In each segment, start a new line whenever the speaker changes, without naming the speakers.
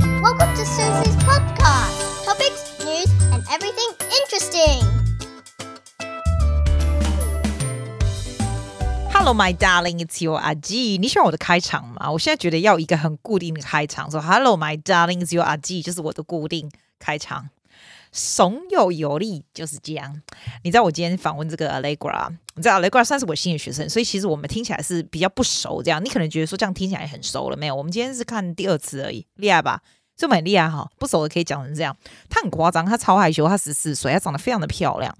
to Susie's podcast. Topics, news, and everything interesting.
Hello, my darling, it's your Aji。你喜欢我的开场吗？我现在觉得要一个很固定的开场，说 Hello, my darling, it's your Aji，就是我的固定开场。怂有有力就是这样。你知道我今天访问这个 Allegra，你知道 Allegra 算是我新的学生，所以其实我们听起来是比较不熟。这样，你可能觉得说这样听起来很熟了，没有？我们今天是看第二次而已，厉害吧？所以我们很厉害哈，不熟的可以讲成这样。她很夸张，她超害羞，她十四岁，她长得非常的漂亮。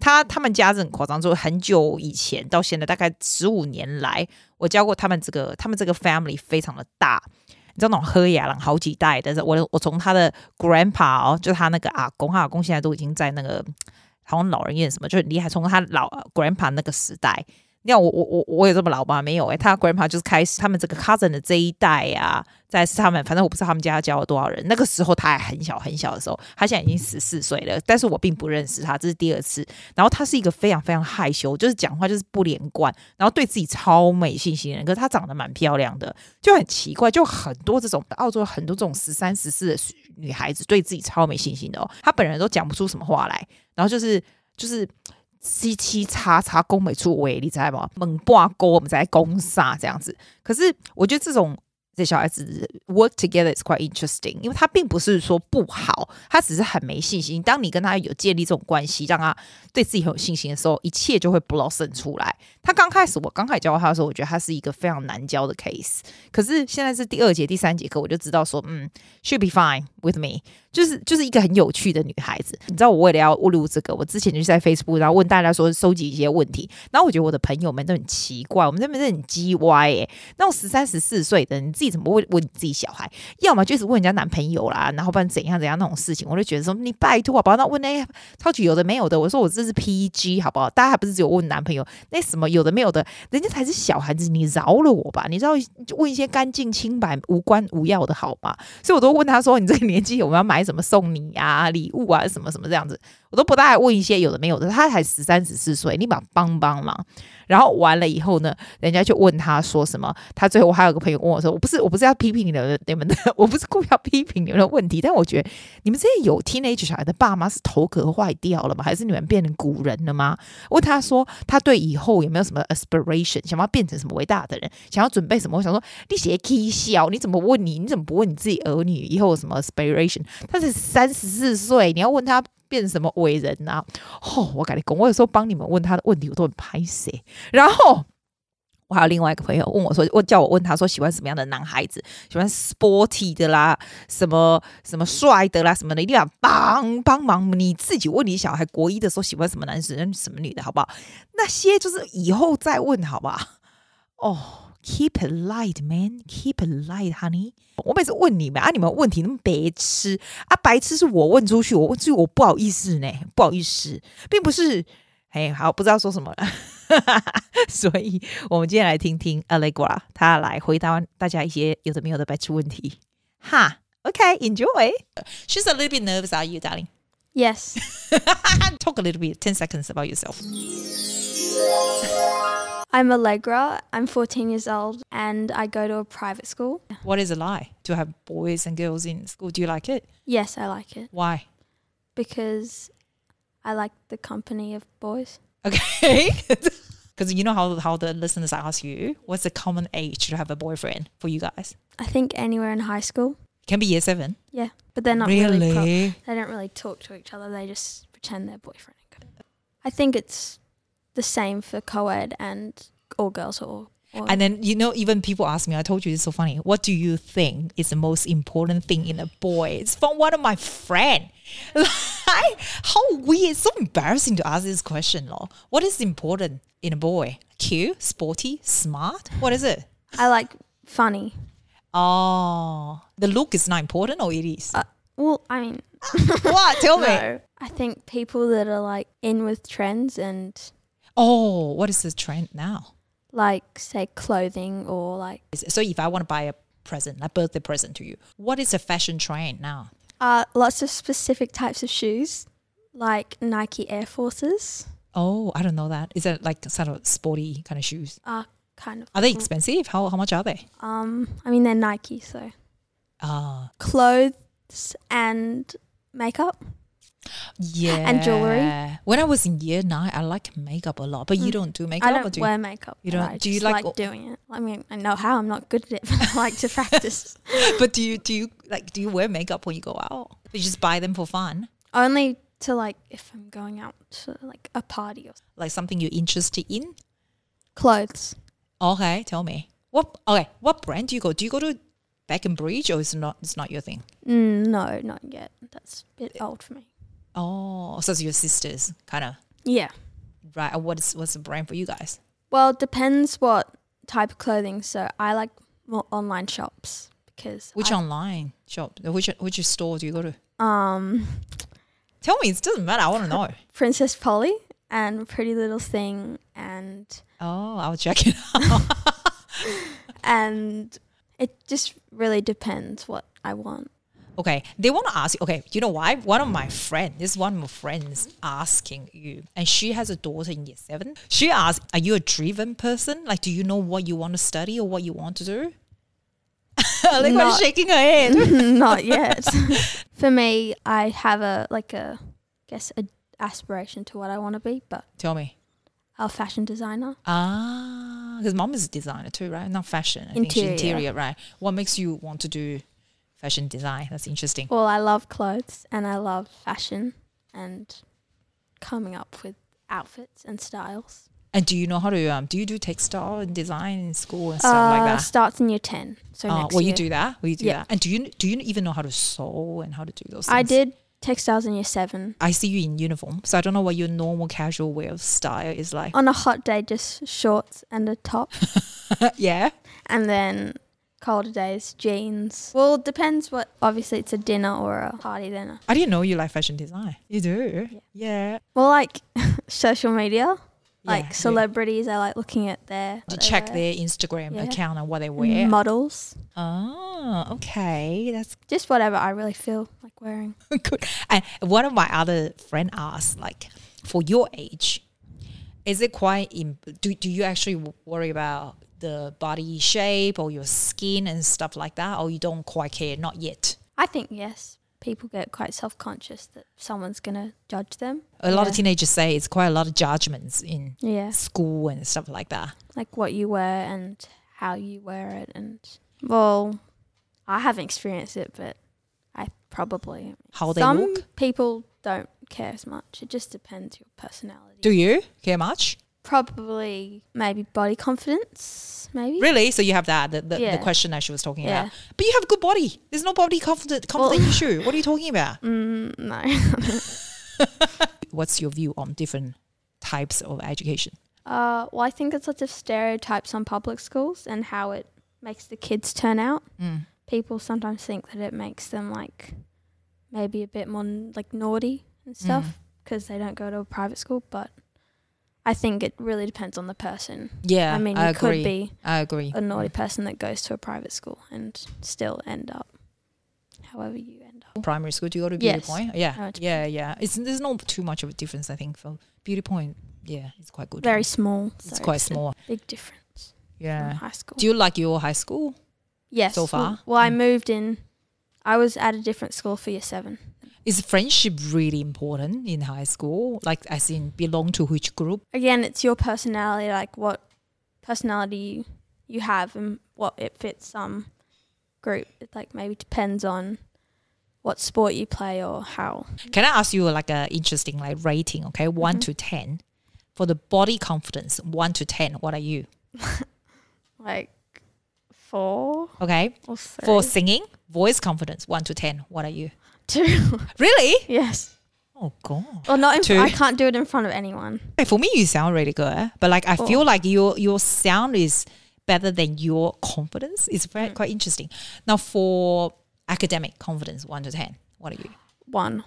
他他们家是很夸张，就是很久以前到现在大概十五年来，我教过他们这个，他们这个 family 非常的大，你知道那种喝雅朗好几代，但是我我从他的 grandpa 哦，就他那个阿公，他阿公现在都已经在那个好像老人院什么，就很厉害，从他老 grandpa 那个时代。你看我我我我有这么老吗？没有诶、欸他 grandpa 就是开始他们这个 cousin 的这一代啊，再是他们，反正我不知道他们家教了多少人。那个时候他还很小很小的时候，他现在已经十四岁了，但是我并不认识他，这是第二次。然后他是一个非常非常害羞，就是讲话就是不连贯，然后对自己超没信心的人。可是她长得蛮漂亮的，就很奇怪，就很多这种澳洲很多这种十三十四的女孩子对自己超没信心的哦，她本人都讲不出什么话来，然后就是就是。七七叉叉攻美出尾，你知道吗？猛挂钩，我们在攻杀这样子。可是我觉得这种这小孩子 work together is quite interesting，因为他并不是说不好，他只是很没信心。当你跟他有建立这种关系，让他对自己很有信心的时候，一切就会 blossom 出来。他刚开始我刚开始教他的时候，我觉得他是一个非常难教的 case。可是现在是第二节、第三节课，我就知道说，嗯，should be fine with me，就是就是一个很有趣的女孩子。你知道，我为了要录这个，我之前就在 Facebook 然后问大家说收集一些问题，然后我觉得我的朋友们都很奇怪，我们这边是很鸡歪哎、那种十三十四岁的，你自己怎么会问你自己小孩？要么就是问人家男朋友啦，然后不然怎样怎样那种事情，我就觉得说你拜托好不好？那问那超级有的没有的，我说我这是 PG 好不好？大家还不是只有问男朋友，那什么有的没有的，人家才是小孩子，你饶了我吧！你知道问一些干净清白、无关无要的好吗？所以我都问他说：“你这个年纪，我们要买什么送你啊？礼物啊，什么什么这样子。”我都不大问一些有的没有的。他才十三十四岁，立马帮帮忙。然后完了以后呢，人家就问他说什么？他最后还有个朋友问我说：“我不是我不是要批评你们你们的，我不是故意要批评你们的问题，但我觉得你们这些有 teenage 小孩的爸妈是头壳坏掉了吗？还是你们变成古人了吗？”问他说他对以后有没有什么 aspiration，想要变成什么伟大的人，想要准备什么？我想说你写 K 笑，你怎么问你？你怎么不问你自己儿女以后有什么 aspiration？他才三十四岁，你要问他变成什么伟人啊？哦，我跟你讲，我有时候帮你们问他的问题，我都很拍谁。然后我还有另外一个朋友问我说，问叫我问他说喜欢什么样的男孩子，喜欢 sporty 的啦，什么什么帅的啦，什么的，一定要帮帮忙。你自己问你小孩国一的时候喜欢什么男生、什么女的，好不好？那些就是以后再问，好不好？哦。Keep it light, man. Keep it light, honey. 我每次问你们啊，你们问题那么白痴啊，白痴是我问出去，我问出去我不好意思呢，不好意思，并不是。哎，好，不知道说什么了。 所以，我们今天来听听 Allegra 她来回答大家一些有的没有的白痴问题。哈，OK, enjoy. She's a little bit nervous, are you, darling?
Yes.
Talk a little bit, ten seconds about yourself.
I'm Allegra. I'm 14 years old and I go to a private school.
What is a lie? Do you have boys and girls in school? Do you like it?
Yes, I like it
Why?
because I like the company of boys.
Okay. Because you know how, how the listeners ask you, what's the common age to have a boyfriend for you guys?
I think anywhere in high school.
Can be year seven.
Yeah. But they're not really, pro- they don't really talk to each other. They just pretend they're boyfriend and girl. I think it's the same for co-ed and all girls or, or
And then you know, even people ask me. I told you it's so funny. What do you think is the most important thing in a boy? It's from one of my friend. Like how weird. It's so embarrassing to ask this question, lor. What is important in a boy? Cute, sporty, smart. What is it?
I like funny.
Oh, the look is not important, or it is.
Uh, well, I mean,
what? Tell me.
no. I think people that are like in with trends and
Oh, what is the trend now?
like say clothing or like
Is- So if I want to buy a present, a birthday present to you, what is the fashion trend now?
uh, lots of specific types of shoes like nike air forces
Oh, I don't know that. Is that like sort of sporty kind of shoes?
are kind of
Are they expensive? How how much are they?
um i mean they're nike so
Uh,
clothes gifts and makeup.
Yeah.
And jewelry.
When I was in year nine, I like makeup a lot, but you
Mm.
don't do
I
makeup. or
don't
do you?
wear makeup.
you
but
don't-
I
do you
just
like
like,
all-
doing it? I mean, I know how. I'm not good at it, but I like to practice.
But do you do you like do you wear makeup when you go out? You just buy them for fun,
Only to like if I'm going out to like a party or
like something you're interested in.
clothes.
Okay, tell me what. Okay, what brand do you go? Do you go to Back and Bridge, or it's not? It's not your thing.
Mm, no, not yet. That's a bit old for me.
Oh, so it's your sisters, kind of
Yeah.
right? uh, What's what's the brand for you guys?
Well, it depends what type of clothing. So I like more online shops because
Which
I,
online shop? Which which store do you go to?
um
Tell me. It doesn't matter. I want to know.
Princess Polly and Pretty Little Thing and
Oh, I'll check it out.
and it just really depends what I want.
Okay, they want to ask you. Okay, you know why? One of my friends, this is one of my friends asking you, and she has a daughter in year seven. She asked, Are you a driven person? Like, do you know what you want to study or what you want to do? like, was
Not-
shaking her head.
Not yet. for me, I have a like a guess a aspiration to what I want to be, but
Tell me.
a fashion designer.
Ah, because mom is a designer too, right? Not fashion. I think she's
Interior.
interior, right? What makes you want to do fashion design? That's interesting.
Well, I love clothes and I love fashion and coming up with outfits and styles.
And do you know how to, um, do you do textile and design in school and stuff
Uh,
like that?
Starts in year ten. So
Uh,
next
well,
year.
you do that. Well, you do
Yeah.
that. And do you do you even know how to sew and how to do those? Things?
I did textiles in year seven.
I see you in uniform, so I don't know what your normal casual wear of style is like.
On a hot day, just shorts and a top,
yeah.
and then colder days, jeans. Well, depends what. Obviously, it's a dinner or a party. Then,
I didn't know you like fashion design. You do. Yeah.
well, like social media, like
yeah.
celebrities. I like looking at their
To
what they
check
wear.
their Instagram
Yeah.
account and what they wear.
models.
oh, okay. That's
Just whatever I really feel like wearing.
good. And one of my other friend asked, like, for your age, is it quite? Im- do do you actually w- worry about the body shape or your skin and stuff like that, or you don't quite care? Not yet.
I think yes. People get quite self conscious that someone's gonna judge them.
A lot of
Yeah.
teenagers say it's quite a lot of judgments in
Yeah,
school and stuff like that.
like what you wear and how you wear it, and well, I haven't experienced it, but I probably
How they
some
look.
people don't care as much. It just depends your personality.
Do you care much?
probably maybe body confidence, maybe.
Really? So you have that the, the,
Yeah.
the question that she was talking
Yeah.
about. But you have a good body. There's no body confident confident issue. What are you talking about?
Mm, no.
What's your view on different types of education?
uh, well, I think there's lots of stereotypes on public schools and how it makes the kids turn out.
Mm.
people sometimes think that it makes them like maybe a bit more n- like naughty and
Mm.
stuff because they don't go to a private school but i think it really depends on the person
Yeah,
i mean you
agree.
could be
I agree.
a naughty person that goes to a private school and still end up however you end up
Primary school, do you go to Beauty
Yes.
Point?
I
Yeah,
went to
yeah, yeah. It's there's not too much of a difference, I think, for Beauty Point. Yeah, it's quite good.
very small so
it's quite small.
a big difference
Yeah.
from high school
Do you like your high school?
yes
so
well-
far? Mm.
well, i moved in i was at a different school for year seven
Is friendship really important in high school? Like, as in, belong to which group?
again, it's your personality, like what personality you have and what it fits some group. It like maybe depends on what sport you play or how.
Can I ask you like a interesting like rating? Okay, one
Mm-hmm.
to ten for the body confidence. One to ten, what are you?
Like four
Okay,
or three.
for singing, voice confidence. One to ten, what are you?
two.
Really?
yes.
Oh god.
Well, not in.
Two.
I can't do it in front of anyone.
Okay, For me, you sound really good, eh? but like I feel like your your sound is better than your confidence. It's very, quite interesting. Now for academic confidence, one to ten, what are you?
One.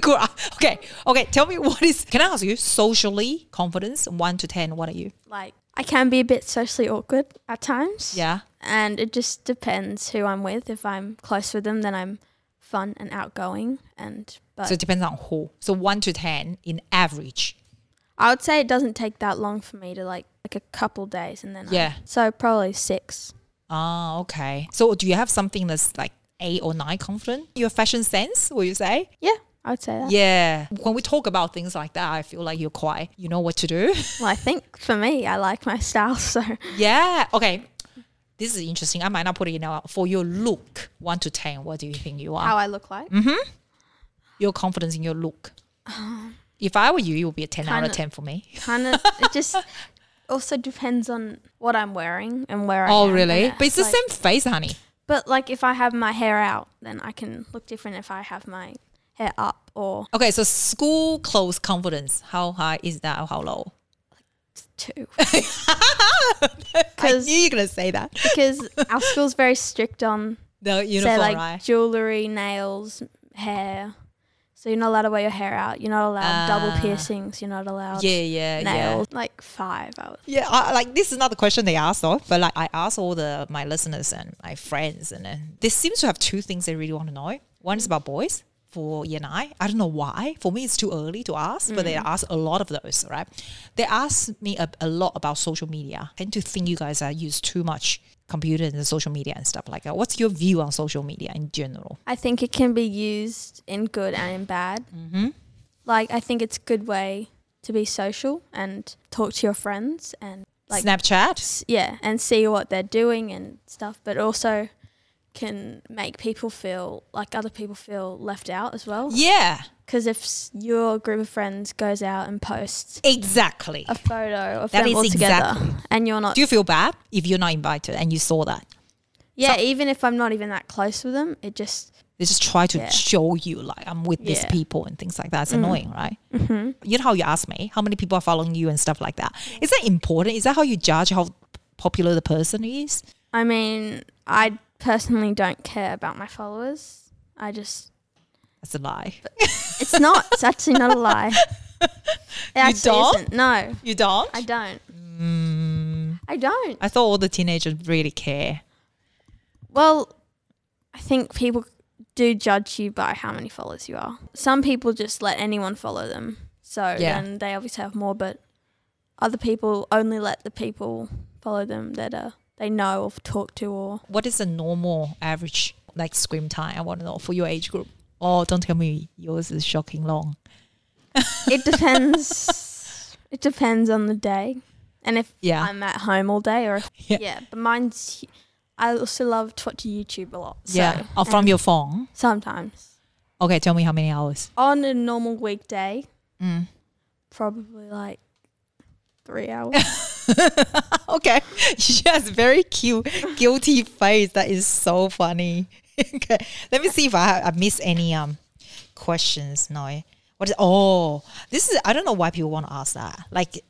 Good. okay, okay. Tell me what is. Can I ask you socially confidence? One to ten, what are you?
Like I can be a bit socially awkward at times.
Yeah.
And it just depends who I'm with. If I'm close with them, then I'm fun and outgoing. And but
So it depends on who. So one to ten in average.
I would say it doesn't take that long for me to like like a couple days and then I-
Yeah.
so probably six.
Ah, okay. So do you have something that's like eight or nine confident. Your fashion sense, will you say?
Yeah, I would say that.
Yeah. When we talk about things like that, I feel like you're quite, you know what to do.
Well, I think for me, I like my style, so
yeah. Okay. This is interesting. I might not put it in our, for your look, one to 10. What do you think you are?
how I look like.
Mm-hmm. your confidence in your look. If I were you, it would be a 10 out of
Um, Kinda-
10 for me.
Kind of, it just also depends on what I'm wearing and where I
Oh,
am, I
really?
guess.
But it's the
Like-
same face, honey.
But like if I have my hair out, then I can look different if I have my hair up or
Okay, so school clothes confidence. How high is that or how low?
two.
I
'Cause-
knew you were going to say that.
Because our school's very strict on
The uniform,
so like
right?
jewelry, nails, hair. So you're not allowed to wear your hair out. You're not allowed
Ah.
double piercings. You're not allowed
Yeah, yeah, yeah.
nails. Like five. I would.
Yeah, I, like this is not the question they asked, though, but like I asked all the my listeners and my friends, and then they seem to have two things they really want to know. One is about boys for you and I. I don't know why. For me, it's too early to ask, but
Mm.
they ask a lot of those. Right? They ask me a, a lot about social media. I tend to think you guys are use too much computer and social media and stuff like that. What's your view on social media in general?
I think it can be used in good and in bad. Mm-hmm. Like I think it's a good way to be social and talk to your friends and like
Snapchat.
s- yeah, and see what they're doing and stuff, but also can make people feel like other people feel left out as well.
Yeah,
Because if s- your group of friends goes out and posts
exactly.
a photo of
That
them
is
all together,
exactly-
and you're not,
Do you feel bad if you're not invited and you saw that?
yeah, even if I'm not even that close with them, it just
they just try to
Yeah.
show you like I'm with these
Yeah. Mm. Mm-hmm.
people and things like that. It's annoying, right? You know how you ask me how many people are following you and stuff like that. Is that important? Is that how you judge how popular the person is?
I mean, I personally don't care about my followers. I just,
That's a lie.
it's not. it's actually not a lie. It actually
don't?
isn't. No,
You don't?
I
I,
don't.
Mm.
I don't.
thought all the teenagers really care.
Well, I think people do judge you by how many followers you are. Some people just let anyone follow them, so
Yeah.
then they obviously have more. But other people only let the people follow them that uh, they know or talk to or
What is the normal average like screen time? I want to know for your age group. Oh, don't tell me yours is shocking long.
It depends. it depends on the day, and if
Yeah.
I'm at home all day, or if,
Yeah.
yeah. But mine's. I also love to watch YouTube a lot. So um,
yeah. Oh, from your phone.
Sometimes
Okay, tell me how many hours.
on a normal weekday,
Mm.
probably like three hours.
Okay. She has very cute, guilty face. That is so funny. okay. Let me see if I, I miss any um questions. No. What is oh this is I don't know why people want to ask that. Like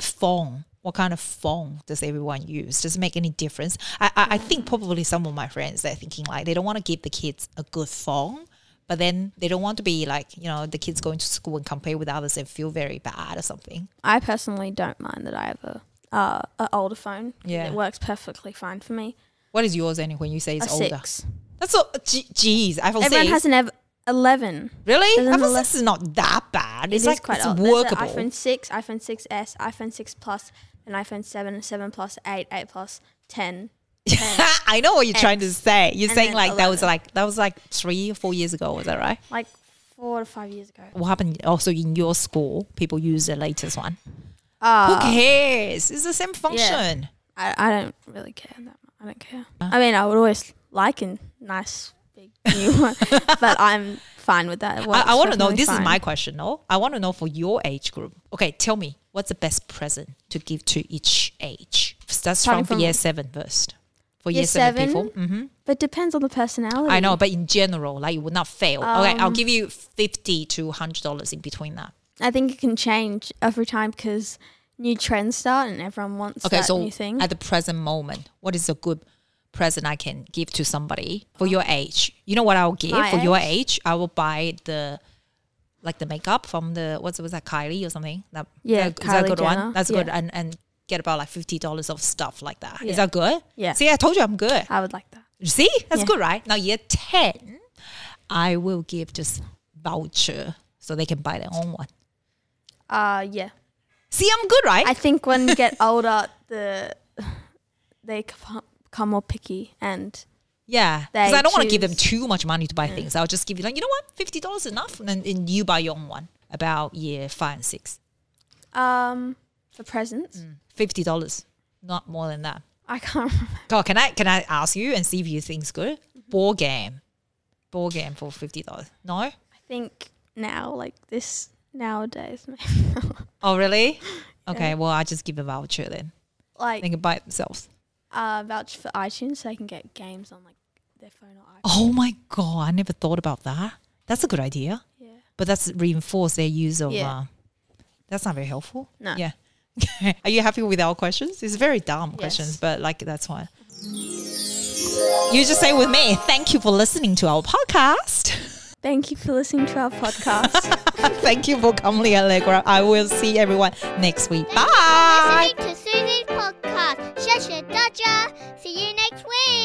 phone. What kind of phone does everyone use? Does it make any difference? I, I, I think probably some of my friends they're thinking like they don't want to give the kids a good phone, but then they don't want to be like, you know, the kids going to school and compare with others and feel very bad or something.
I personally don't mind that I have a uh, an older phone.
Yeah.
it works perfectly fine for me.
What is yours anyway when you say it's
a
older?
six.
That's so. gee- Jeez, iPhone
Everyone
six.
has an ev- eleven.
really?
doesn't
iPhone
allow-
six is not that bad. It's
It is
like it's
old. There's the
workable.
iPhone 6, iPhone 6s, iPhone 6 Plus, and iPhone 7, 7 Plus, 8, 8 Plus, 10.
I know what you're trying to say. You're
and
saying
then
like that was
11.
like that was like three or four years ago. Was that right?
Like four to five years ago.
What happened? Also in your school, people use the latest one.
Uh,
Who cares? It's the same function.
I, I don't really care that much. I don't care. I mean, I would always like a nice big new one, but I'm fine with that. It works
I, I want to know.
perfectly
This is
fine.
my question. No, I want to know for your age group. Okay, tell me what's the best present to give to each age. That's from,
Starting
for
from-
year seven first. For year,
Year
seven,
seven?
people. hmm
But depends on the personality.
I know, but in general, like you would not fail. okay,
Um,
I'll give you fifty to hundred dollars in between that.
I think it can change every time because new trends start and everyone wants
Okay,
that
so
new thing.
at the present moment, what is a good present I can give to somebody for your age? You know what I'll give
My
for your age? I will buy the like the makeup from the what's was that Kylie or something? That,
Yeah,
that- is that a
Kylie
good one?
Jenner.
That's good.
Yeah.
And and get about like fifty dollars of stuff like that. Is
Yeah.
that good?
Yeah.
See, I told you I'm good.
I would like that.
See, that's
Yeah.
good, right? Now year ten, I will give just voucher so they can buy their own one.
Uh, yeah.
See, I'm good, right?
I think when you get older, the they become more picky and
Yeah, because I
They
don't want to give them
choose. Mm.
too much money to buy things. I'll just give you like, you know what, fifty dollars enough, and then and you buy your own one about year five and six.
Um, for presents,
Mm. Fifty dollars, not more than that.
I can't remember.
God, can I can I ask you and see if you think's good?
Mm-hmm.
Board game, board game for fifty dollars. No,
I think now, like this nowadays,
oh really? Okay, well I just give a voucher then. They
like
can buy it themselves.
uh, voucher for iTunes, so they can get games on like their phone or iPad.
Oh my god, I never thought about that. That's a good idea,
Yeah.
but that's reinforce their use of.
Yeah.
Uh, that's not very helpful.
No.
Yeah. Are you happy with our questions? It's very dumb questions,
Yes.
but like that's why. You just say with me, thank you for listening to our podcast.
Thank you for listening to our podcast.
thank you for coming, Allegra. I will see everyone next week. Bye.
Listening to Susie's podcast. Shasha Dodger. See you next week.